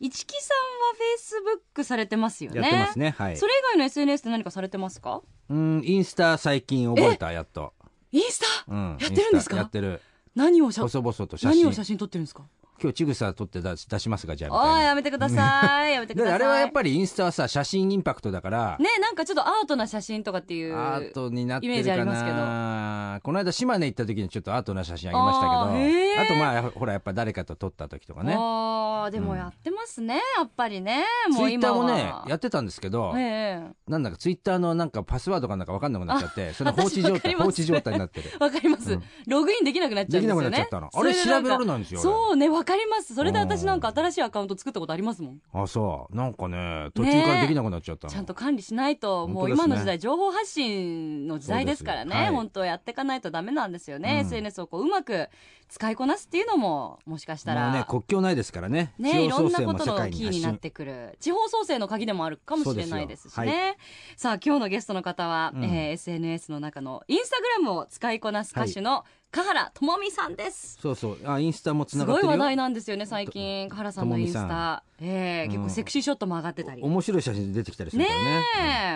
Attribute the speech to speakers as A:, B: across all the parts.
A: 市木さんはフェイスブックされてますよね。
B: やってますねはい
A: それ以外の SNS で何かされてますか
B: うんインスタ最近覚えたやっと
A: インスタ、
B: うん
A: やってるんです
B: インスタやっ
A: か
B: てる
A: 何を写
B: 細々と写
A: 何
B: 真
A: を写真撮ってるんですか
B: 今日ちぐさ撮って出し出しますがじゃあみ
A: ああ、
B: たい
A: やめてください。 やめてく
B: な
A: だ
B: で
A: さい。
B: あれはやっぱりインスタはさ写真インパクトだから、
A: ね、なんかちょっとアートな写真とかっていう。
B: アートになって
A: イメー
B: る
A: ジあ
B: か
A: りますけど
B: なこの間島根行った時にちょっとアートな写真あげましたけど
A: あーへー
B: あとまあほらやっぱ誰かと撮った時とかね
A: あーでもやってますね、やっぱりね。も
B: ツイ
A: う
B: ッ
A: 今
B: ター
A: は。
B: もねやってたんですけど、
A: ええ
B: なんだかツイッターのなんかパスワードかなんか分かんなくなっちゃ ってそれ放置
A: 私
B: 状
A: わか
B: 態
A: ります
B: 放置状態になってる
A: わかります、
B: うん
A: ログインできなくなっちゃうんですよね
B: できなくなっちゃったの
A: そで
B: あれ
A: な
B: 調
A: ん
B: べ
A: から
B: れないんですよ
A: そうねわかりますそれで
B: うん
A: 私なんか新しいアカウント作ったことありますもん
B: あそうなんかね途中からできなくなっちゃったの、
A: ちゃんと管理しないと、も
B: 本当です
A: う
B: ね
A: 今の時代情報発信の時代ですから
B: そうで
A: ね
B: すはい
A: 本当やっていかないとダメなんですよね、
B: うん
A: SNS をこううまく使いこなすっていうのももしかした
B: も
A: ら
B: うね国境ないですからね
A: ね、い
B: 地
A: ろ
B: 方
A: ん
B: 創
A: な
B: 生
A: こ
B: も
A: と
B: 世
A: の
B: 界
A: キ
B: に
A: ー
B: 発
A: になっ
B: 信
A: てくる地方創生の鍵でもあるかもしれないですし
B: そう
A: ね
B: ですよ
A: さあ今日のゲストの方は、
B: うん
A: えー SNS の中のインスタグラムを使いこなす歌手の香原智美さんです、
B: そうそうあインスタもつな
A: す
B: がっ
A: ご
B: て
A: い
B: るよ
A: 話題なんですよね最近香原さんのインス
B: 智美さ
A: タ、えー結
B: うん
A: 構セクシーショットも上がってたり、
B: 面白い写真出てきたりする
A: ね
B: から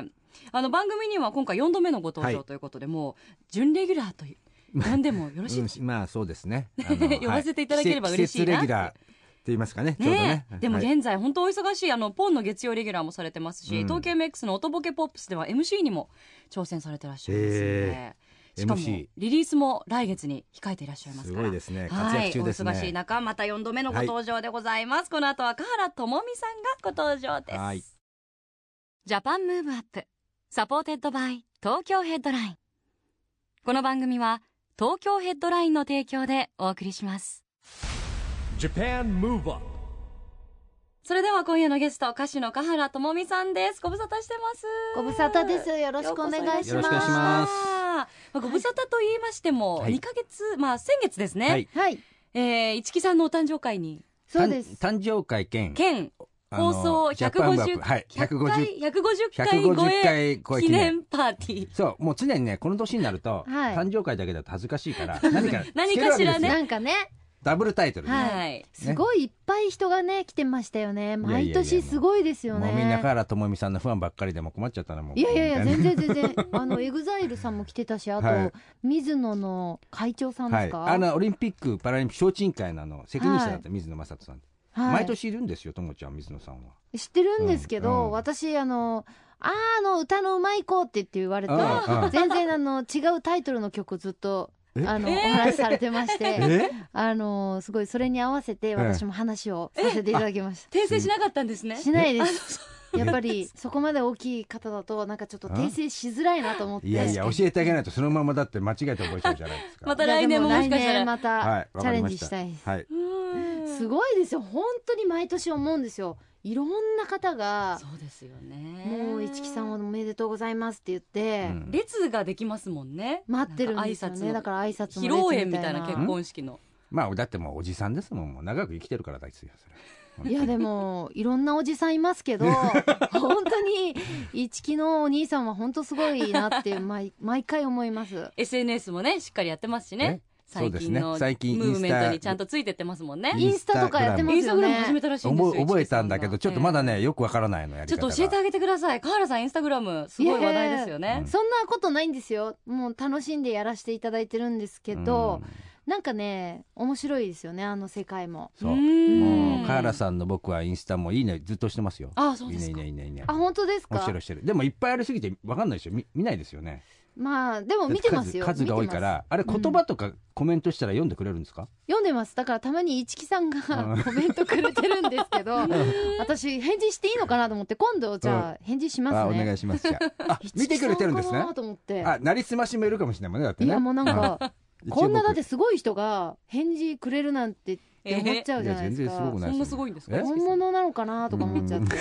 B: ね
A: え、あの番組には今回4度目のご登
B: は
A: 場
B: い
A: ということで、もう準レギュラーと呼んでもよろしいでしょうか
B: うんまあそうです ねあの
A: 呼ばせていただければ
B: は
A: 嬉しいな
B: 季節レギュラーって言いますかね ちょうど
A: ね
B: ね
A: え、でも
B: はい
A: 現在本当お忙しいあのポンの月曜レギュラーもされてますし、
B: うん
A: 東京 MX の音ボケポップスでは MC にも挑戦されてらっしゃいますので、
B: へ
A: しかも
B: MC
A: リリースも来月に控えていらっしゃいます
B: す
A: から
B: ごいですね
A: はい
B: 活躍中ですね
A: お忙しい中また4度目のご登場でございます、この後は香原智美さんがご登場です、
B: はい
A: ジャパンムーブアップサポーテッドバイ東京ヘッドラインこの番組は東京ヘッドラインの提供でお送りします
C: Japan Move Up
A: それでは今夜のゲスト歌手の香原智美さんですご無沙汰してます
D: ご無沙汰です。よろしくお願いし
B: よろし
D: ま
B: くお願いし
D: す。
B: ま
A: あーまあご無沙汰と言いましても、
B: はい
A: 2ヶ月まあ先月ですね、
B: はい
D: はい、
A: えー一木さんのお誕生会に
D: そうです。
B: 誕誕生会兼
A: 県
B: あの
A: 放送
B: ジャパンバップ
A: 150
B: はい150
A: 100回150回超
B: 150
A: え
B: 回超え
A: 記
B: 記念
A: 念パーティー
B: そうもう常にねこの年になると
D: はい
B: 誕生会だけだと恥ずかしい から何か
A: 何
B: つけるわけ
A: かしら
B: ですよ
A: ね
D: なんかね、
B: ダブルタイトルで
D: はい
A: はい
D: すごいいっぱい人がね、来てましたよね。
B: やいやいや
D: 毎年すごいですよ
B: も
D: ね
B: う。みんなカーラともみさんのファンばっかりでも困っちゃったなもう
D: い
B: い
D: やいやいや、
B: みた
D: 全然全然。 あの、エグザイルさんも来てたし、あ
B: はい
D: と、水野の会長さん
B: は
D: で
B: い
D: す、か
B: あのオリンピック・パラリンピック招致委員会のあの責任者だった水野雅人さん、
D: はい
B: 毎年いるんですよともちゃん水野さんは
D: 知ってるんですけ
B: うんうん
D: ど、私、あの、あーあの歌のうまい子って言って言われて
B: うんうん、
D: 全然あの、違うタイトルの曲ずっと、
B: え
D: あの、お
A: えー
D: 話しされてまして、
B: え
D: あの、すごい、それに合わせて私も話をさせていただきました。
A: 訂正しなかったんですね
D: しないです。やっぱりそこまで大きい方だとなんかちょっと訂正しづらいなと思って。
B: いやいや教えてあげないとそのままだって間違えて覚えちゃうじゃないですか
A: また来年ももしかしたら
D: でも来年また
B: はいわか
D: チャレ
B: り
D: ン
B: ま
D: ジ
B: した
D: したいです。
B: はい、
A: うん
D: すごいですよ本当に毎年思うんですよ。いろんな方が
A: そうですよね
D: もう一木さんおめでとうございますって言っ
B: う
D: て、
B: ん
A: 列ができますもんね
D: 待ってるんですよ
A: なん
D: ね。
A: か
D: だから
A: 挨
D: 挨拶
A: 拶の披
D: の
A: 露宴
D: 列み
A: み
D: た
A: た
D: い
A: いな
D: な。
A: 結婚式の
B: まあだってもうおじさんですもんもう長く生きてるからですよそれ
D: いやでもいろんなおじさんいますけど 本当に一木のお兄さんは本当すごいなって毎毎回思います。
A: SNS もねしっかりやってますしね
B: え
A: 最近
B: そうです
A: の
B: ね
A: ム
B: 最近インスタ
A: ーブメントにちゃんとついてってますもんね
B: イ
D: インスタとかやってま
A: インス
D: すよ
A: タグラム
D: ね。
A: 始めたらしいんですよ
B: 覚え覚えたんだけ
A: 市
B: ど
A: 來
B: ち
A: さ
B: ょ
A: ん
B: っ
A: が
B: とまだねよくわからないのや
A: ええ
B: り
A: ちょ
B: 方
A: っ
B: が
A: と教えてあげてください川原さんインスタグラムすごい話題ですよね
B: うん
D: そんなことないんですよ。もう楽しんでやらせていただいてるんですけど、なんかね、面白いですよね、あの世界も。
B: うんそう
A: ー
B: もうカーラさんの僕はインスタもいいねずっとしてますよ
A: あそう
B: いい
A: で
B: ね
A: す
B: いい
A: か
B: ねいいねいいね
D: あ、本当です
B: 面
D: か
B: 白いしてるでもいっぱいありすぎてわかんないですよみ見ないですよね
D: まあ、でも見てますよ。
B: 数数が多いか
D: 見てます。
B: らあれ言葉とかコメントしたら読んでくれるんですか、
D: 読んでます。だからたまに一木さん
B: うん
D: が コメントくれてるんです けど、私、返事していいのかなと思って、今度、じゃあ、返事し
B: あ
D: ます
B: お願
D: ね。
B: いしますじゃああ
D: 一木
B: 見てくれてるんです
D: さ
B: ね
D: かなと思って。
B: あなりすましもいるかもしれないもんねだって
D: い
B: ね
D: や、もうなんか、
B: 一応僕
D: こんなだってすごい人が返事くれるなんてって
A: え
D: 思っ
A: ー
D: ちゃう
B: い
D: じゃ
B: や
D: ない
B: 全
D: で
B: 然
D: すか、
B: すごくない
A: そんなすごいんですか
B: え
D: 本物なのかなとか思っちゃって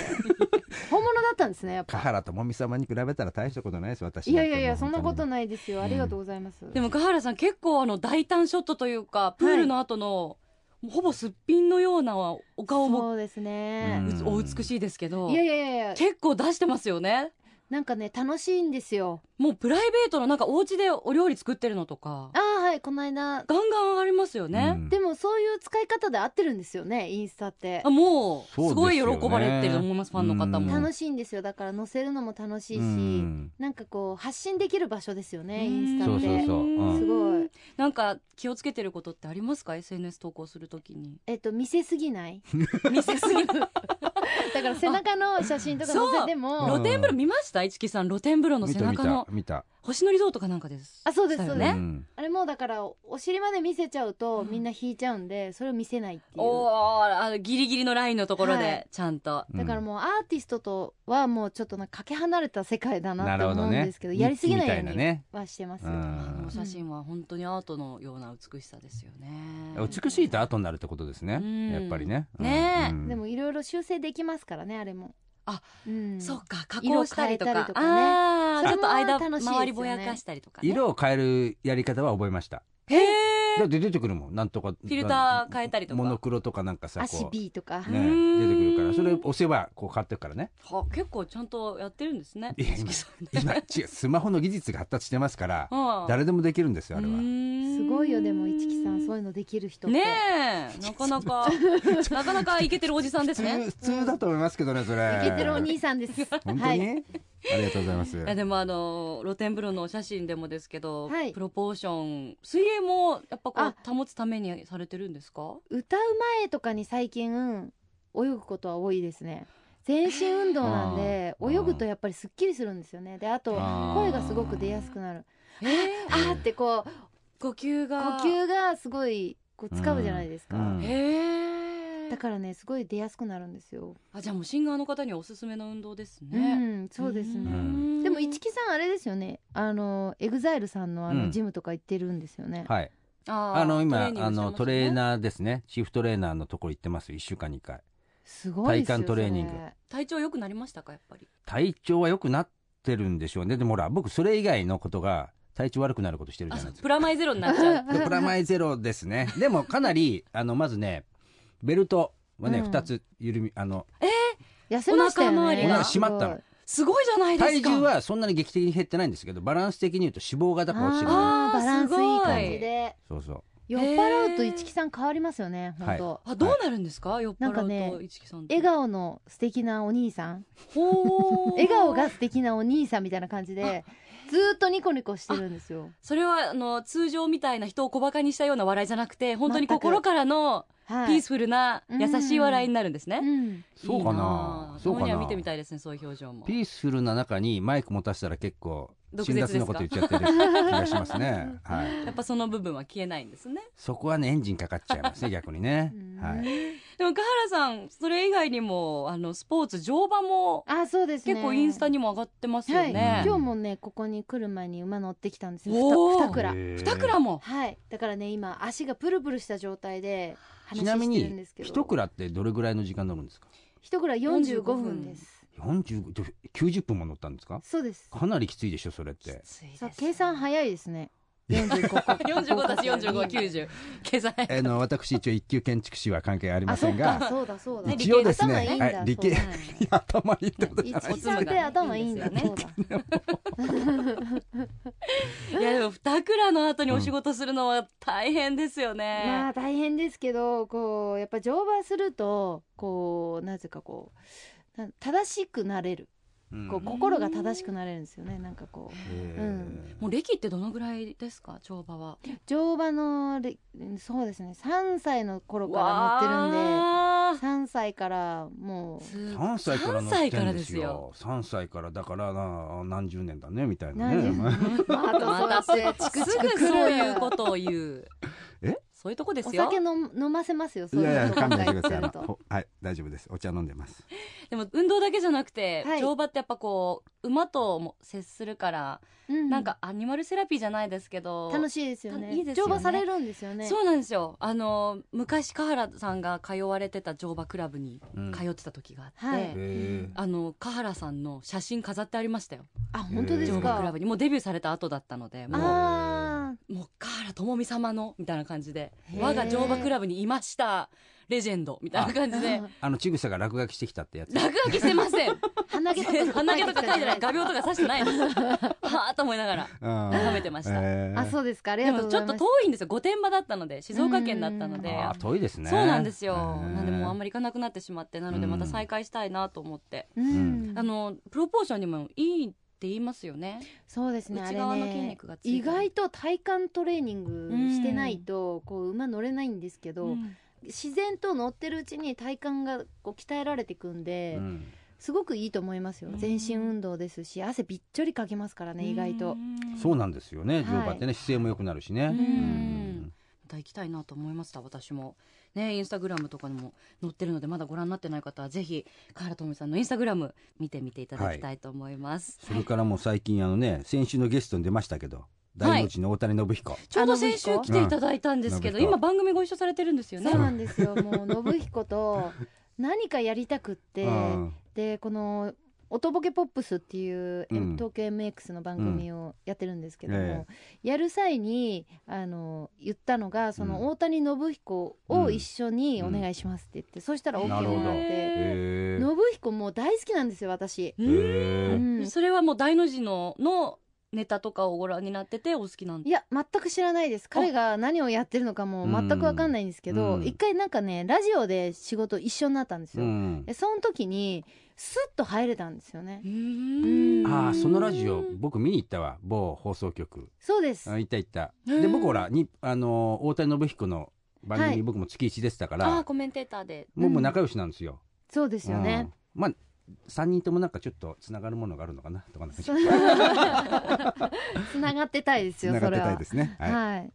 D: 本物だったんですねやっ
B: 華
D: ぱ
B: 原朋美様に比べたら大したことないです私
D: いやいやいやそんなこと
B: い
D: ないですよありがとうございます、
A: でも賀原さん結構あの大胆ショットというかプールの後の、もうほぼすっぴんのようなお顔も
D: そうですね、
E: う
A: うんお美しいですけど
D: いやいやいやいや
A: 結構出してますよね
D: なんかね楽しいんですよ
A: もうプライベートのなんかお家でお料理作ってるのとか
D: ああはいこの間
A: ガンガンありますよね、
D: でもそういう使い方で合ってるんですよねインスタって
A: あもうす
B: そうですよ
A: ごい
B: ね
A: 喜ばれてると思います、ファンの方
B: うん
A: も
D: 楽しいんですよだから載せるのも楽しいし、なんかこう発信できる場所ですよねインスタ
B: そ
D: っ
B: う
D: て
B: そうそううん
D: すごい
A: なんか気をつけてることってありますか SNS 投稿するときに
D: えっと見せす ぎない
A: 見せすぎる
D: だから背中の写真とか載せて
B: そう
D: も
A: 露天風呂見ました市木さん露天風呂の
B: 見
A: 背
B: た見
A: 中
B: た
A: の
B: 見た
A: 星野リゾートかなんかです
D: あそうです
A: したよ
D: そうです
A: ね、
B: ん
D: あれもうだからお尻まで見せちゃうと
A: うん
D: みんな引いちゃうんでそれを見せないっていう
A: おーあのギリギリのラインのところ
D: は
A: で
D: い
A: ちゃんと、
B: うん
D: だからもうアーティストとはもうちょっとなんかかけ離れた世界だな
B: な
D: って
B: るほ
D: 思う
B: ど
D: ん
B: ね
D: ですけどやりすぎない
B: 日記みた
D: よう
B: いな
D: に
B: ね
D: はしてます
B: う
A: あ
B: ん
A: の写真は本当にアートのような美しさですよね、
B: 美しいと後になるってことですね、
A: うん
B: やっぱりね。
A: ねえ
B: うん
D: でもいろいろ修正できますからねあれも
A: あ
D: うん
A: そうか加
D: 色
A: 工したりとか
D: 変えたりとかね
A: あ
D: そ
A: ー
D: れ
A: ちょっ
D: も
A: と間
D: 楽しいですよね
A: 周りぼやかしたりとか、ね、
B: 色を変えるやり方は覚えました。
A: へえ
B: だって出てくるもん、なんとか。フ
A: ィルター変えたりとか
B: モノクロとかなんかさ、
D: 足
B: こう。
D: B とか
B: ね
A: うん
B: え、出てくるから、それ押せば、こう変わってくからね。
A: は結構ちゃんとやってるんですね
B: いや
A: 市
B: 今
A: 木さんね
B: 今、違う、スマホの技術が発達してますから、
A: うん
B: 誰でもできるんですよ、あれは。
D: す
A: す
D: ごいよでも市木さんそういうのできる人って
A: ねえなかな かなかなかイケてるおじさんですね
B: 普通、普通だと思いますけどね、それ。
D: イケてるお兄さんです。
B: 本当
D: は
B: に、
D: い、
B: ありがとうございます。
A: いやでもあの露天風呂のお写真でもですけど、
D: はい
A: プロポーション水泳もやっぱこ
D: あ
A: う保つためにされてるんですか
D: 歌う前とかに最近泳ぐことは多いですね。全身運動なんで
B: あー
D: 泳ぐとやっぱりすっきりするんですよね。であと
B: あー
D: 声がすごく出やすくなる。
A: え
D: あーってこう
A: 呼吸
D: 呼
A: が
D: 吸がすごいこう使うじゃないですか。
B: うんうん
A: へえ
D: だからねすごい出やすくなるんですよ。
A: あじゃあもうシンガーの方にはおすすめの運動です
D: う
A: ね、
D: んそうです
A: う
D: ね。
A: ん
D: でも市木さんあれですよね。あのエグザイルさんのあ
B: う
D: の
B: ん
D: ジムとか行ってるんですよね。
B: はい。
A: あー
B: あの、今、
A: トレーニングして
B: あ
A: ますよ
B: の、
A: ね
B: トレーナーですね。チーフトレーナーのところ行ってます。一週間に一回。
D: すごいです
B: 体
D: よ
B: 幹トレーニング
D: それ
A: 体調良くなりましたかやっぱり
B: 体調は良くなってるんでしょうね。でもほら、僕、それ以外のことが体調悪くなることしてる
A: あ
B: じゃない
A: そ
B: うです
A: プ
B: か。
A: ラマイゼロになっちゃう
B: でプラマイゼロです ね。でも、かなり、あの、まずね、ベルトはね、
D: うん
B: 二、つ緩み、あの、
D: 痩せましたよね。
A: お腹周
B: が
A: り
B: お腹締まったの
A: すごいじゃないです
B: 体
A: か
B: 重はそんなに劇的に減ってないんですけど、バランス的に言うと脂肪がだから落ちてくるね。
D: あー
A: あー
D: バランスい
A: すご
D: い
A: い
D: 感じで
B: そうそ
D: 酔っ払うと市木さん変わりますよね
B: へー
D: 本当、
A: あどうなるんですか、酔っ
D: なんか
A: 払う
D: ね
A: と一木さんって
D: 笑顔の素敵なお兄さん
A: ほー
D: 笑顔が素敵なお兄さんみたいな感じでずーっとニコニコしてるんですよ
A: それはあの通常みたいな人を小バカにしたような笑いじゃなくて本当に
D: 全く
A: 心からの
D: はい
A: ピースフルな優しい笑いになるんですね、
D: う
A: い
D: ん、
B: う。そうか
A: い
B: な
A: あ
B: そう
A: たま
B: か
A: に
B: な
A: は見てみたいですねそういう表情も
B: ピースフルな中にマイク持たせたら結構、
A: 毒舌
B: 辛辣な
A: ですか
B: こと言っちゃってる気がしますね。はい。
A: やっぱその部分は消えないんですね
B: そこはね、エンジンかかっちゃいますね、逆にね
D: う。ん
B: はい。
A: でも香原さんそれ以外にもあのスポーツ乗馬も
D: あそうですね
A: 結構インスタにも上がってますよ
B: は
A: ね
B: い
D: 今日もねここに来る前に馬乗ってきたんですよ
A: おー
D: ふたふたくら
A: 二倉も
D: はいだからね今足がプルプルした状態で話
B: ちなみ
D: してるん
B: に
D: です、けど
B: 一蔵ってどれぐらいの時間乗るんですか
D: 一蔵45分です
B: 45で90分も乗ったんですか
D: そうです
B: かなりきついでしょ、それって。
D: そう計算
A: 半
D: 早いですね45個
A: 45足し45は90計算
B: あの、私一応一級建築士は関係ありません が、
D: そうだそうだ。
B: 一応ですね
D: 頭いいんだ
B: はい理系
D: そう
B: 頭いいってこと
D: だ
B: じ
D: 一
B: ゃない
D: 木さんって頭いいんだ
A: おつむがいいんで
D: そうだ
A: いやでも二倉の後にお仕事するのは大変ですよね、
D: まあ大変ですけど、こうやっぱ乗馬するとこうなぜかこうな正しくなれる、
B: うん
D: こう心が正しくなれるんですよね。なんかこう
B: へー
D: うん
A: もう歴ってどのぐらいですか跳馬は
D: 乗馬のれそうですね、3歳の頃から乗ってるんで。3歳からも
A: る
B: 3歳から乗ってるんです
A: よ
B: よ。3歳からだからな、何十年だね、みたいうな
D: 何十
B: ね。
D: まああとそうやってチクチ
A: す
D: ク
A: ぐ
D: くる
A: そういうことを言う
B: え
A: そういうとこです
D: お
A: よ
D: 酒飲飲ませますよ
F: い
D: そう
F: やいや
D: いうとこ
F: 勘
D: が
F: 弁してくださいあ
D: 言っ
F: の
D: てると
F: ほはい大丈夫ですお茶飲んでます
A: でも運動だけじゃなくて、
D: はい
A: 乗馬ってやっぱこう馬とも接するから、
D: うん
A: なんかアニマルセラピーじゃないですけど
D: 楽しいですよね
A: いいですよね
D: 乗馬されるんですよね
A: そうなんですよあの昔香原さんが通われてた乗馬クラブに
B: うん
A: 通ってた時があって、
D: はい
B: へ
A: あの香原さんの写真飾ってありましたよ
D: あ本当です
A: 乗馬クラ
D: か
A: ブにもうデビューされた後だったのでもう
D: あ
A: もう香原朋美様のみたいな感じで
D: へー
A: 我が乗馬クラブにいましたレジェンドみたいな感じで
D: あ
B: あのちぐさが落書きしてきたってやつ
A: 落書きしてま せん
D: ー鼻毛と か
A: 鼻毛とか書いてない画
D: 鋲
A: 鋲とか刺してないですはあと思いながら
F: 食
A: 眺めてました
D: あそうですかあり
A: で
D: がとう
A: も
D: ご
A: ち
D: ざ
A: ょ
D: い
A: っ
D: ま
A: と
D: す
A: 遠いんですよ御殿場だったので静岡県だったので
B: あー遠いですね
A: そうなんですよ、
B: ね
A: なんでもうあんまり行かなくなってしまってなので
B: うん
A: また再開したいなと思って、
D: うん
A: あのプロポーションにもいいって言いますよね
D: そうですねあ
A: 内
D: れ
A: 側の
D: ね
A: 筋肉がついてる
D: 意外と体幹トレーニングしてないとこう馬乗れないんですけど、自然と乗ってるうちに体幹がこう鍛えられていくんで、
B: うん
D: すごくいいと思いますよ、
A: うん
D: 全身運動ですし汗びっちょりかきますからね意外と、
B: そう
A: な
B: なんですよね
D: はい
B: 乗馬ってね姿勢も良くなるしね
A: うん
B: うん
A: また行きたいなと思いました私もねインスタグラムとかにも載ってるのでまだご覧になってない方はぜひ河原智美さんのインスタグラム見てみていただきたいと思います、
B: それからもう最近あのね先週のゲストに出ましたけど大の内の大谷信彦
A: ちょうど先週来ていただいたんですけど、
B: うん
A: 今番組ご一緒されてるんですよね
D: そうなんですよもう信彦と何かやりたくって、
B: うん
D: でこの「おとぼけポップス」っていう、え
B: うん
D: 東京 MX の番組をやってるんですけども、
B: え
D: やる際にあの言ったのがそ
B: うん
D: の大谷信彦を一緒にお願いしますって言って、そしたら OK
B: なるほど
D: もらって
B: へ
D: 信彦もう大好きなんですよ私。
A: う
B: え
A: ん
B: へえ
D: うん
A: それはもう大の字ののネタとかをご覧になっててお好きなんで
D: いや全く知らないです彼が何をやってるのかも全く分かんないんですけど、
B: うん
D: 一回なんかねラジオで仕事一緒になったんです
B: う
D: よ、
B: ん
D: でその時にスッと入れたんですよね
A: うーん
B: ああそのラジオ僕見に行ったわ某放送局
D: そうです
B: あ行った行った
A: へ
B: で
A: え
B: 僕ほらにあの大谷信彦の番
D: は
B: 組
D: い
B: 僕も月一出てたか
A: あー
B: ら
A: コメンテーターで
B: もうもううん仲良しなんですよ
D: そうですよね、
B: うんまあ三人ともなんかちょっとつながるものがあるのかな とかなんか
D: つながってたいです
F: つ
D: よ
F: なが
D: そ
F: って
D: れ
F: たい
D: は
F: ですねはい
D: はい、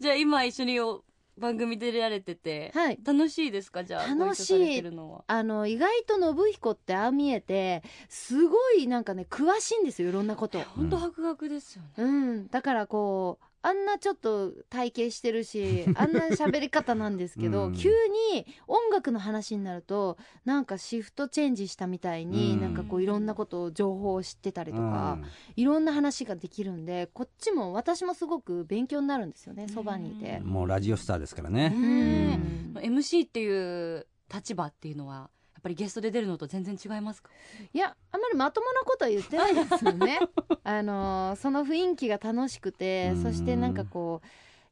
A: じゃあ今一緒にお番組出られてて、
D: はい
A: 楽しいですかじゃあ
D: 楽しい
A: ご一緒されてるのは
D: あの意外と信彦ってああ見えてすごいなんかね詳しいんですよいろんなこと
A: 本当博学ですよね、
D: うん、だからこうあんなちょっと体型して るしあんな喋り方なんですけど、
B: うん
D: 急に音楽の話になるとなんかシフトチェンジしたみたいに、
B: うん
D: なんかこういろんなことを情報を知ってたりとか、いろんな話ができるんでこっちも私もすごく勉強になるんですよねそばにいて
B: うん。もうラジオスターですからね
D: う
A: ね
D: ん
A: MC っていう立場っていうのはやっぱりゲストで出るのと全然違いますか
D: いやあんまりまともなことは言ってないです よね。あのーその雰囲気が楽しくて
B: うん
D: そしてなんかこう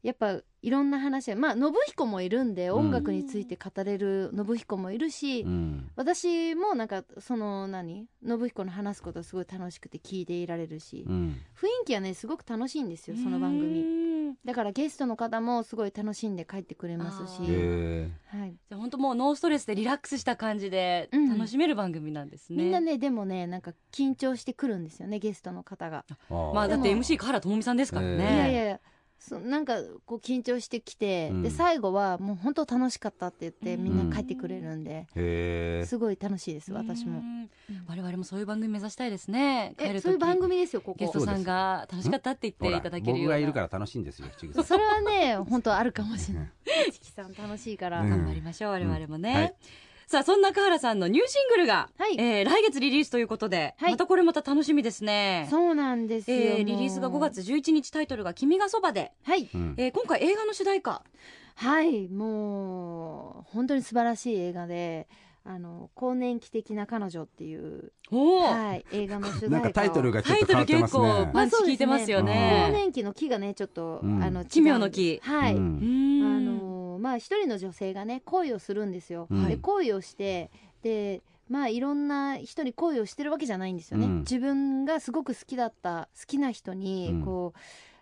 D: やっぱいろんな話まあ信彦もいるんで
B: うん
D: 音楽について語れる信彦もいるし、
B: うん
D: 私もなんかその何信彦の話すことすごい楽しくて聞いていられるし、
B: うん
D: 雰囲気はねすごく楽しいんですよその番組。
A: 組
D: だからゲストの方もすごい楽しんで帰ってくれます
A: あ
B: へ
A: ー
D: し、
B: え
D: はい、
A: じゃあ本当もうノーストレスでリラックスした感じで
D: うん
A: 楽しめる番組なんですね、
D: みんなねでもねなんか緊張してくるんですよねゲストの方が。
B: ー
A: まあだって
D: でも
A: MC 河原智美さんですから
B: え
A: ね、
B: え
D: いやいやいやそなんかこう緊張してきて、
B: うん
D: で最後はもう本当楽しかったって言って
A: うん
D: みんな帰ってくれるんで、
B: へえ
D: すごい楽しいです私
A: う
D: も
A: ん
D: うん
A: 我々もそういう番組目指したいですね帰
D: え
A: る
D: そういう
A: 時
D: 番組ですよこ
A: ゲス
D: こ
A: トさんが楽しかったって
B: ほ
A: 言って
B: ら
A: いただける
B: 僕
A: よう
B: が
A: ない
B: るから楽しいんですよちぐさ
D: それはね本当あるかもしれない月木さん楽しいから、
F: うん
A: 頑張りましょう我々もね、
B: はい
A: さあそんな香原さんのニューシングルが、
D: はい
A: えー来月リリースということで、
D: はい
A: またこれまた楽しみですね
D: そうなんですよ、
A: えー
D: もう
A: リリースが5月11日タイトルが「君がそばで
D: はい」
B: うん
A: えー今回映画の主題歌
D: はいもう本当に素晴らしい映画であの更年期的な彼女っていう、
A: おー
D: はい、映画の主題歌を
B: なんかタイトルがちょ
A: タ
B: っ
A: イ
B: と
A: ト
B: 変わ
A: ル
B: ってま
A: 結
B: す
A: 構
B: ね
A: パンチ効いてますよ
D: 更
A: ね
D: 年期の期がねちょっと、
B: うん
D: あの
A: 奇妙の木
D: 違うんですはい、
B: うん
A: うん
D: あのーまあ一人の女性がね恋をするんですよ、
B: はい
D: で恋をしてでまあいろんな人に恋をしてるわけじゃないんですよね、
B: うん
D: 自分がすごく好きだった好きな人に
B: うん
D: こう、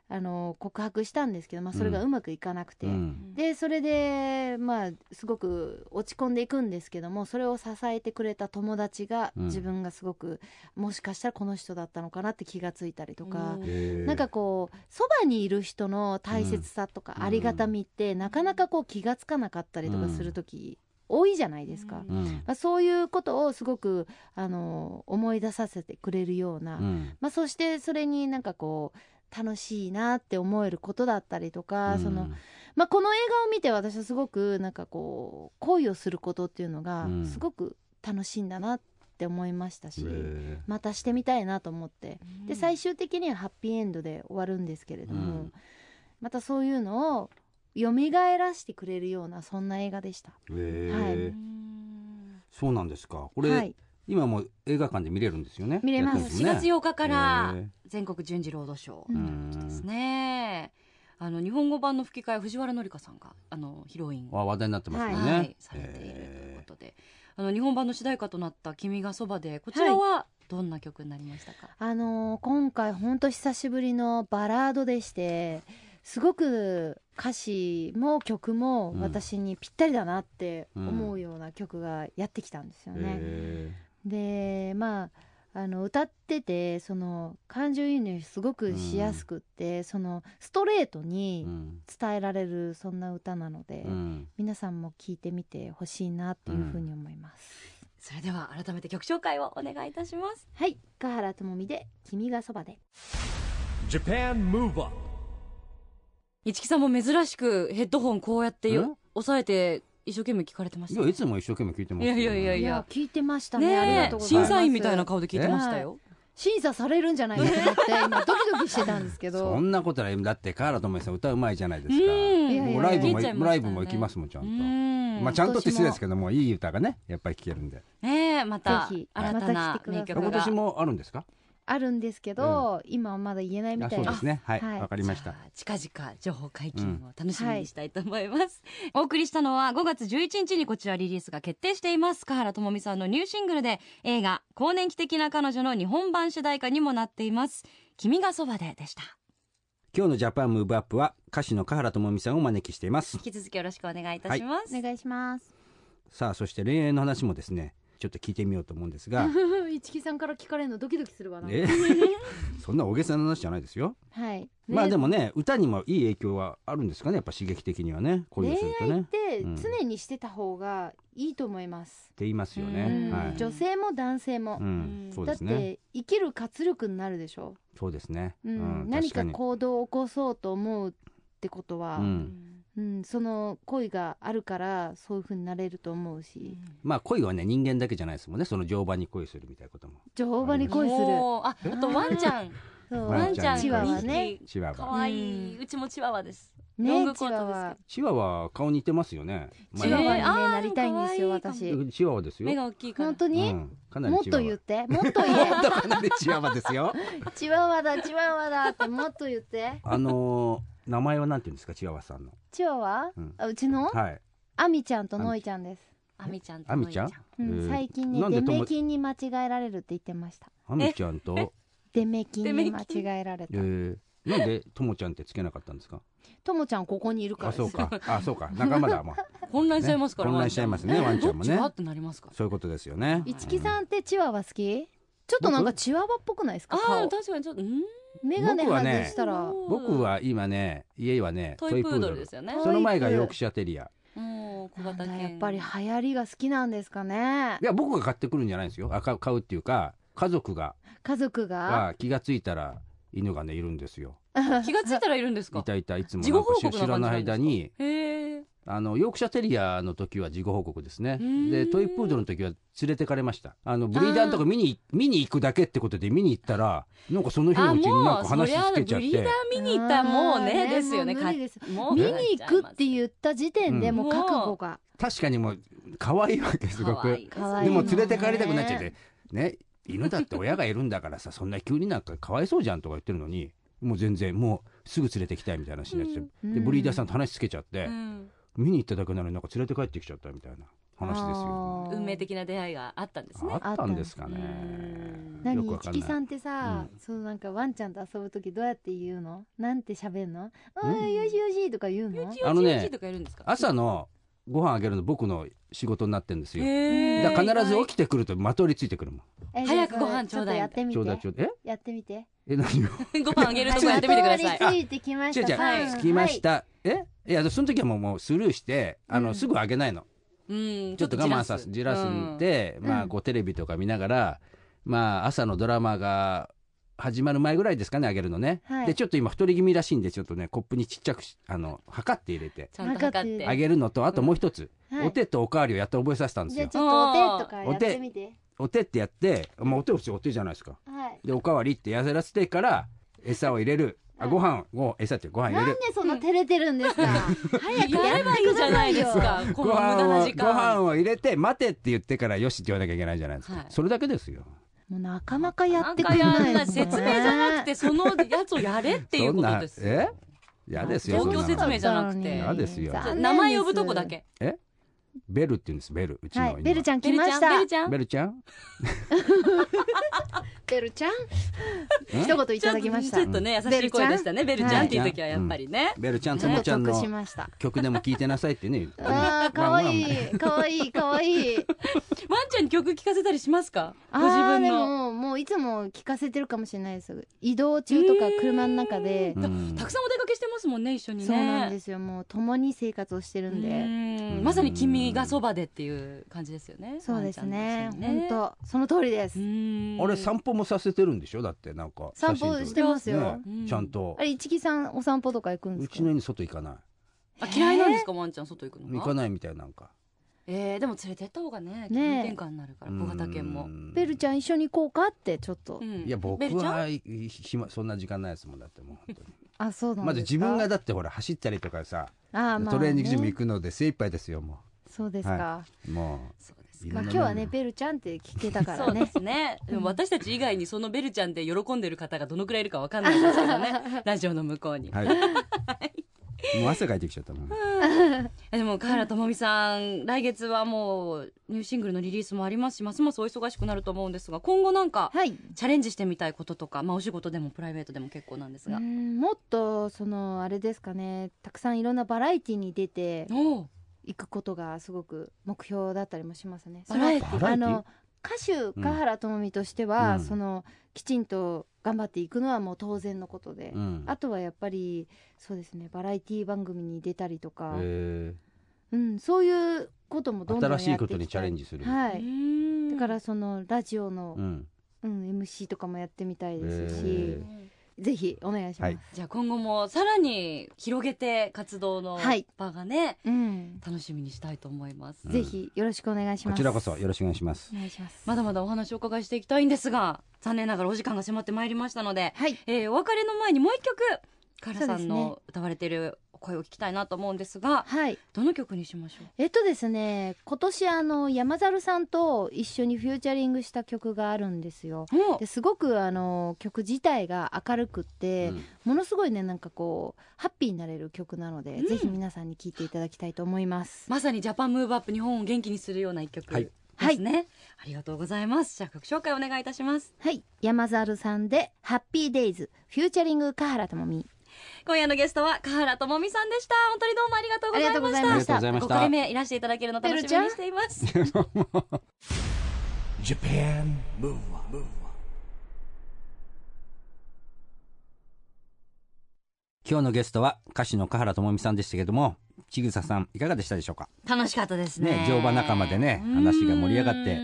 D: あの告白したんですけど、まあ、それがうまくいかなくて、
B: うん
D: でそれでまあすごく落ち込んでいくんですけどもそれを支えてくれた友達が
B: うん
D: 自分がすごく、もしかしたらこの人だったのかなって気がついたりとか。
A: うん
D: なんかこうそばにいる人の大切さと
B: うん
D: かありがたみって、なかなかこう気がつかなかったりとかする時、多いじゃないですか、
A: うん
B: うん
D: まあ、そういうことをすごくあの思い出させてくれるような、
B: うん
D: まあ、そしてそれになんかこう楽しいなって思えることだったりとか、そのまあ、この映画を見て私はすごくなんかこう恋をすることっていうのが
B: うん
D: すごく楽しいんだなって思いましたし、
B: え
D: またしてみたいなと思ってで最終的にはハッピーエンドで終わるんですけれども、
B: うん
D: またそういうのを蘇らせてくれるようなそんな映画でした。
B: ーえ
D: はい
B: ーそうなんですかこれ、
D: はい、
B: 今もう映画館で見れるんですよね
D: 見れます
B: やってんね
A: 4月8日から
B: へー
A: 全国順次労働賞
D: う
A: ですね。あの日本語版の吹き替え藤原紀香さんがあのヒロインを
B: は話題になってますよね、
A: はいされているということで、あの日本版の主題歌となった君がそばでこちらはどんな曲になりましたか。
D: あのー今回本当久しぶりのバラードでしてすごく歌詞も曲も
B: うん
D: 私にぴったりだなって思うような曲がやってきたんですよね。
B: え
D: でまああの歌っててその感情移入すごくしやすくって、そのストレート
B: ー
D: に
B: うん
D: 伝えられるそんな歌なので、
B: うん
D: 皆さんも聴いてみてほしいなっていうふうに思います。
A: それでは改めて曲紹介をお願いいたします。
D: はい、香原朋美で君がそばで
C: Japan Move Up
A: 一木さんも珍しくヘッドホンこうやってよ
B: ん
A: 押さえて一生懸命聞かれてまし
B: い
A: た
B: や
A: ね。
B: いつも一生懸命聞いてます
A: いやいやいや
D: い
A: い
D: や聞いてましたねありが
A: ね
D: と
A: え
D: うござい
A: 審
D: ます
A: 査員みたいな顔で聞いてましたよ。
D: 審査されるんじゃないかと思って今ドキドキしてたんですけ
B: そ
D: ど
B: んなことないだって河原智美さん歌うまいじゃないですか、
D: いやいや
B: もうライブも
A: 聞いちゃいましたね
B: ライブも行きますもんちゃんと、
A: うん
B: まあ、ちゃんとって失礼ですけどもいい歌がねやっぱり聴けるんで
A: ねえまた
D: ぜひ
A: 新たな
D: また来てください
A: 名曲が
B: 今年もあるんですか
D: あるんですけど、今はまだ言えないみ
B: あ
D: た
B: そ
D: いう
B: で
D: です
B: ねはい
D: は
B: わ、
D: い
B: かりまし
A: じゃ
B: た
A: あ近々情報解禁を楽しみにしたいと思います、お送りしたのは5月11日にこちらリリースが決定しています河原智美さんのニューシングルで映画「更年期的な彼女」の日本版主題歌にもなっています「君がそばで」でした
B: 今日のジャパンムーブアップは歌手の河原智美さんをお招きしています
A: 引き続きよろしくお願いいたします、
D: お願いします
B: さあそして恋愛の話もですねちょっと聞いてみようと思うんです が
D: 一木さんから聞かれるのドキドキするわな、
B: え そんな大げさな話じゃないですよ、
D: はい、ね
B: まあでもね歌にもいい影響はあるんですかねやっぱ刺激的にはね恋をするとねっ
D: で
B: うん
D: 常にしてた方がいいと思います、
B: て言いますよ
A: う
B: ね
A: ん
B: はい
D: 女性も男性も、
B: うん、そう
D: だ
B: で
D: っ
B: すね
D: て生きる活力になるでしょ、
B: そうですね、
D: うん
B: うん
D: 何
B: 確
D: か
B: に
D: 行動を起こそうと思うってことは、
B: う
D: うん
B: ん、
D: その恋があるからそういう風になれると思うし、
B: まあ恋はね人間だけじゃないですもんねその乗馬に恋するみたいなことも
D: 乗馬に恋する
A: もうああとワンちゃん
D: そう
B: ワ
A: ワ
B: ン
A: ン
B: ち
A: ち
B: ゃ
A: ゃ
B: ん
A: ん
D: チワワね
B: チワ
A: か
B: ワ
A: わいい、うちもチワワですロン
D: ね
A: グ
D: チ
A: コー
D: ワ
A: トで
D: ワ
B: チワワ顔似てますよね、
D: チワ
B: ま
D: ワ
A: え
D: に、ね
A: ーあー
D: なりたいんですよ
A: でも可愛い
D: 私
B: あチワワです
A: す
B: よ
A: けど目が大きいから
D: 本当
B: う
D: に、
B: ん、かなり
D: もっ
B: チワ
D: と
B: ワ
D: 言ってもっと言え
B: もっとかなりチワワですよ
D: チワワだチワワだってもっと言って
B: あのー名前はなんて言うんですかチワワさんの
D: チワワ、
B: うん
D: あうちの
B: はい
D: アミちゃんとノイちゃんです、
A: アミちゃんと
B: アミちゃん
A: ノイ
D: うん
B: えー
D: 最近
B: な
D: ね
B: んで
D: デ
B: とも
D: メキンに間違えられるって言ってました
B: アミちゃんと、
D: デメキ
A: デ
D: ン
A: メキ
D: に
A: ン
D: 間違えられ
B: え
D: た
B: ー、なんでともちゃんってつけなかったんですか
D: ともちゃんここにいるから
B: あ
D: です
B: そうかあそうか仲間だもん
A: 混乱しちゃいますから、
B: 混乱しちゃいますねワンちゃんも
A: どっ
B: ね
A: ちがってなりますから
B: そういうことですよね
D: 一木さんってチワワ好きちょっとなんかチワワっぽくないですか
A: ああ
D: 顔
A: 確かにちょっとうん
D: 眼鏡
B: 僕は
D: 外
B: ね
D: したら、
B: 僕は今ね家はね
A: トイプードルですよね
B: その前がヨークシャテリア
A: もう小
D: なん
A: 型
D: だ
A: 犬
D: やっぱり流行りが好きなんですかね
B: いや僕が買ってくるんじゃないんですよあ買う買うっていうか家族が
D: 家族が
B: が気がついたら犬がねいるんですよ
A: 気がついたらいるんです
B: い
A: か
B: たいたいつも
A: 事
B: な
A: 後
B: んか
A: 報
B: 知
A: 告
B: 知ら
A: な感じ
B: ない
A: なんですか
B: 間に
A: へえ
B: あのヨークシャテリアの時は事後報告ですね
A: ーん
B: でトイプードルの時は連れてかれましたあのブリーダーのとこ見に見に行くだけってことで見に行ったらなんかその日の
A: あ
B: うちになん
A: も
B: か
A: うそ
B: 話
A: りゃ
B: つけちゃっ
A: ブリーダー
B: て
A: 見に行ったらもう
D: あー
A: ね
D: ね
A: ですよね
D: もう無理です
A: かもう
D: 見に行くって言った時点で
B: うん
D: もう覚悟が、
B: 確かにもう可愛いわけすご
A: 可愛
B: く
A: い
D: 可愛い
B: で
D: の
B: も
D: ね
B: 連れてかれたくなっちゃってね犬だって親がいるんだからさそんな急になんかかわいそうじゃんとか言ってるのにもう全然もうすぐ連れてきたいみたいな話になっちゃって、
D: うん
B: でブリーダーさんと話つけちゃって、
A: うん
B: 見に行っただけなのになんか連れて帰ってきちゃったみたいな話ですよ。
D: あー
A: 運命的な出会いがあったんですね
B: あったんですかね
A: うーん
B: よ
D: 何
B: くわ
D: チ
B: かん
D: キ
B: な
D: さ
B: い。
D: んってさ、
B: う
D: そのなんかワンちゃんと遊ぶ時どうやって言うのなんて喋ん
B: う
D: のうんんよしよしとか言うの
B: あのね
A: UGG とかやるんですか
B: 朝のご飯あげるの僕の仕事になってるんですよ。
A: へ
B: だ
A: ー
B: から必ず起きてくるとまとわりついてくるもん。
D: え
A: 早く
D: じゃあそれ
A: ご飯ちょうだい
D: っとやってみ
B: ちょうだい
D: て
B: ちょうだい。
D: やってみて
B: ええ何を
A: ご飯あげるとこやってみてください
D: まとわりついてきま
B: じゃ
D: し
B: じ
D: た
B: ゃ
D: はい
B: 着きまし
D: は
B: た。えいやその時はもうもうスルーしてあの、
D: うん
B: すぐあげないの。
A: うん
B: ちょっと我慢さ
A: す
B: じらすん
A: う
B: で、
D: うん
B: まあこうテレビとか見ながら、まあ朝のドラマが始まる前ぐらいですかねあげるのね。
D: はい
B: でちょっと今太り気味らしいんでちょっとねコップにちっちゃくしあの測って入れて
A: ちゃんと測っ
D: え
A: て
D: え
B: あげるのとあともう一つ、
D: いはい
B: お手とおかわりをやっと覚えさせたんです
D: じゃあ
B: よ
D: ち。ょっとお手とかやってみて
B: お手ってやって、まあ、お手をしてお手じゃないですか。
D: はい
B: でおかわりってやらせてから餌を入れる。あご飯を餌っていうかご飯
D: な
B: 入れ
D: んで
B: る。
D: そんな照れてるんですか早く
A: や
D: や
A: れ
D: れ
A: ば
D: ば
A: いい
D: いい
A: じ
D: じ
A: ゃ
D: ゃ
A: な
D: ないい
A: で
D: ですす
A: か
D: か。
A: こ
B: ご
A: の無
B: 飯
A: 駄な
B: を
A: 時
B: ご飯
A: 間。
B: を入れて待てって言ってからよしって言わなきゃいけないじゃないですか、
A: はい
B: それだけですよ
D: もうなかなかや
A: な
D: っ
A: ん
D: てく
A: か
D: れ
A: や
D: なんい
A: ない
D: ですね
A: 説明じゃなくてそのやつをやれっていうことです
B: そんなえ嫌ですよ
A: 状況
B: そんなの
A: 説明じゃなくて
B: 嫌ですよ
D: 残念
A: 名前呼ぶとこだけ
B: ベルって言うんですベルうちの
D: は
B: 今
D: いベルちゃん
A: ベ
D: 来
A: ル
D: ま
A: ちゃ
D: し
A: んベ
D: た
A: ルちゃん
B: ベルちゃん
D: ベルちゃん一言いただきました
A: ち
D: ち
A: ょっとね優しい声でしたねベ
D: ベ
A: ル
D: ル
A: ち
D: ち
A: ゃ
D: ゃ
A: ん
D: ん
A: っていう時はやっぱりね
B: ベルちゃんと
D: ょ
B: も
D: っ
B: ちゃ
D: と
B: ん
D: 得し
B: の
D: ました
B: 曲でも聴いてなさいってね
D: あーかわい
B: い
D: いかわいいかわいい
A: ワンちゃんに曲聴かせたりしますかご
D: あ
A: 自
D: ー
A: 分
D: で
A: の
D: ももういつも聞かせてるかもしれないです移動中とか車の中で、
A: たくさんお出かけしてますもんね一緒にね
D: そうなんですよもう共に生活をしてるんで、
A: うんまさに君がそばでっていう感じですよね
D: そうです
A: ワ
D: ね
A: ンちゃんと一緒に
D: 本当その通りです、
A: うん
B: あれ散歩もさせてるんでしょだってなんか
D: 散歩してますよ
B: 写真撮る
A: うん
B: ねちゃんと
D: あれ一木さんお散歩とか行くん
B: う
D: ですか
B: ちの家に外行かな
A: あ嫌いなんですかワンちゃん外行く
B: い
A: の
B: 行か
A: が
B: ないみたいなんか
A: えーでも連れてった方がね気分
D: ねえ
A: 転換になるから小型犬
B: う
A: も
B: ん
D: ベルちゃん一緒に行こうかってちょっと、
A: うん
B: いや僕
A: ベルちゃん
B: は暇そんな時間ないですもんだってもう本当に
D: あそうなん
B: まず
D: です
B: 自
D: か
B: 分がだってほら走ったりとかさ
D: あー、まあね
B: トレーニングジム行くので精一杯ですよも
D: そうですか、
B: はうも
A: そうです
B: ういろ
D: まあ
B: んな
D: 今日はね
B: 面で
D: ベルちゃんって聞けたか ら
A: そうで
D: ね
A: すね。でも私たち以外にそのベルちゃんで喜んでる方がどのくらいいるかわかんないですけど ね。ラジオの向こうに。
B: はいもう汗かいてきちゃったもん
A: でも、河原智美さん、来月はもうニューシングルのリリースもありますし、ますますお忙しくなると思うんですが、今後なんか
D: はい
A: チャレンジしてみたいこととか、まあお仕事でもプライベートでも結構なんです
D: う
A: が。
D: んもっとそのあれですかねたくさんいろんなバラエティに出て
A: おう
D: いくことがすごく目標だったりもしますね。
A: バラエテ
B: バ
A: ィ
B: ラエ
D: あ
B: ティ
D: の歌手川原朋美として
B: う
D: は、
B: ん
D: そのきちんと頑張っていくのはもう当然のことで、
B: うん
D: あとはやっぱりそうですねバラエティ番組に出たりとか、
B: え
D: うん、そういうこともどんどんや
B: 新
D: っていき
B: しいこと
D: たい
B: にチャレンジする
D: は
A: う
D: い、
A: ん
D: だから、そのラジオの
B: う、ん
D: うん、MC とかもやってみたいです
B: へ
D: し、ぜひお願いしま
B: は
D: す。
B: い
A: じゃあ今後もさらに広げて活動の
D: はい
A: 場がね、
D: うん
A: 楽しみにしたいと思います。
B: うん
D: ぜひよろしくお願いし
B: こ
D: ます。
B: ちらこそよろしくお願いします
D: お願いします。
A: まだまだお話をお伺いしていきたいんですが、残念ながらお時間が迫ってまいりましたので、
D: はい。
A: えーお別れの前にもう一曲、カラさん
D: そうです
A: の歌われている声を聞きたいなと思うんですが、
D: はい。
A: どの曲にしましょう
D: えっとですね、今年あの山猿さんと一緒にフューチャリングした曲があるんですよ。
A: お
D: ですごくあの曲自体が明るくって、
B: うん
D: ものすごいねなんかこうハッピーになれる曲なので、
A: うん
D: ぜひ皆さんに聴いていただきたいと思います。
A: まさにジャパンムーブアップ日本を元気にするような一曲
B: は
A: で
B: い
A: すね、ありがとうございます。じゃあ曲紹介お願いいたします。
D: はい、山猿さんでハッピーデイズフューチャリング香原朋美。
A: 今夜のゲストは、河原智美さんでした。本当にどうもありがとうご
D: あり
A: ざ
D: が
A: い
D: とうご
A: まし
D: ざい
A: た。
B: あり
D: ま
B: が
D: し
B: とうご
D: た
B: ざ。いました
A: 5回目いらしていただけるの楽しみにしています。
C: Japan Move Up,
B: 今日のゲストは歌手の香原朋美さんでしたけどもちぐささんいかがでしたでしょうか
A: 楽しかったですね。
B: ね乗馬仲間でね話が盛り上がって
A: うー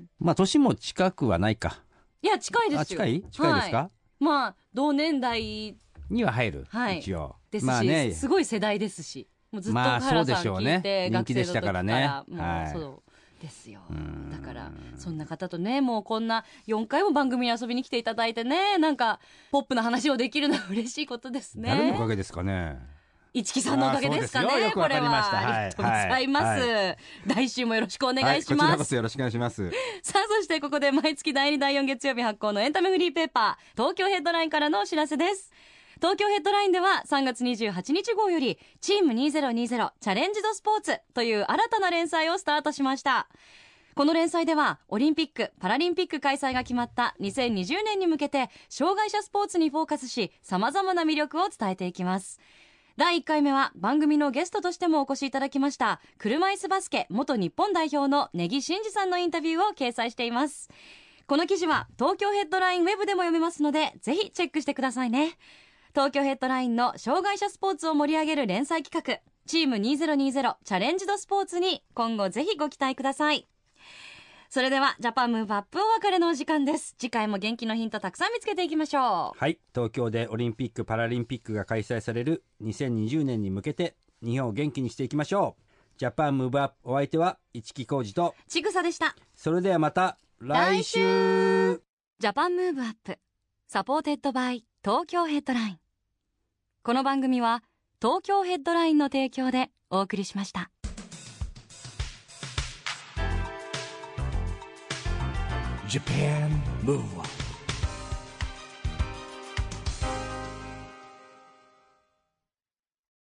A: ん
B: まあ年も近くはないか
A: いや、近いですよ。
B: あ近い近いです
A: は
B: か
A: まあ、同年代
B: には入る
A: はい
B: 一応
A: ですし、
B: まあね
A: すごい世代ですし、もうずっと
B: まあ
A: カラさん
B: そうでしょう
A: 聞
B: ね
A: いて、
B: 人
A: 学
B: 気で
A: 生の
B: し
A: 時
B: た
A: か
B: から
A: ら、
B: ね
A: もう、
B: はい
A: そうですよ
B: ん。
A: だから、そんな方とね、もうこんな4回も番組に遊びに来ていただいてね、なんか、ポップな話をできるのは嬉しいことです
B: 誰のお
A: ね
B: か。げですかね
A: 一木さんのおかげですかね
B: あそうですよよ、く
A: こ
B: わ
A: れ
B: かりました
A: は。ありがとうござ
B: は
A: いま
B: いはい
A: す。来週もよろしくお願いし
F: こち
A: ま
F: ら
A: す
F: こ。そよろしくお願いします。
A: さあ、そしてここで毎月第2、第4月曜日発行のエンタメフリーペーパー、東京ヘッドラインからのお知らせです。東京ヘッドラインでは3月28日号より、チーム2020チャレンジドスポーツという新たな連載をスタートしました。この連載ではオリンピック・パラリンピック開催が決まった2020年に向けて障害者スポーツにフォーカスし様々な魅力を伝えていきます第1回目は番組のゲストとしてもお越しいただきました車椅子バスケ元日本代表の根木真嗣さんのインタビューを掲載していますこの記事は東京ヘッドラインウェブでも読めますのでぜひチェックしてくださいね東京ヘッドラインの障害者スポーツを盛り上げる連載企画チーム2020チャレンジドスポーツに今後ぜひご期待くださいそれではジャパンムーブアップお別れのお時間です次回も元気のヒントたくさん見つけていきましょう
B: はい東京でオリンピック・パラリンピックが開催される2020年に向けて日本を元気にしていきましょうジャパンムーブアップお相手は市木浩二と
A: ちぐさでした
B: それではまた来週
G: ジャパンムーブアップサポーテッドバイ東京ヘッドラインこの番組は東京ヘッドラインの提供でお送りしました
C: Japan Move Up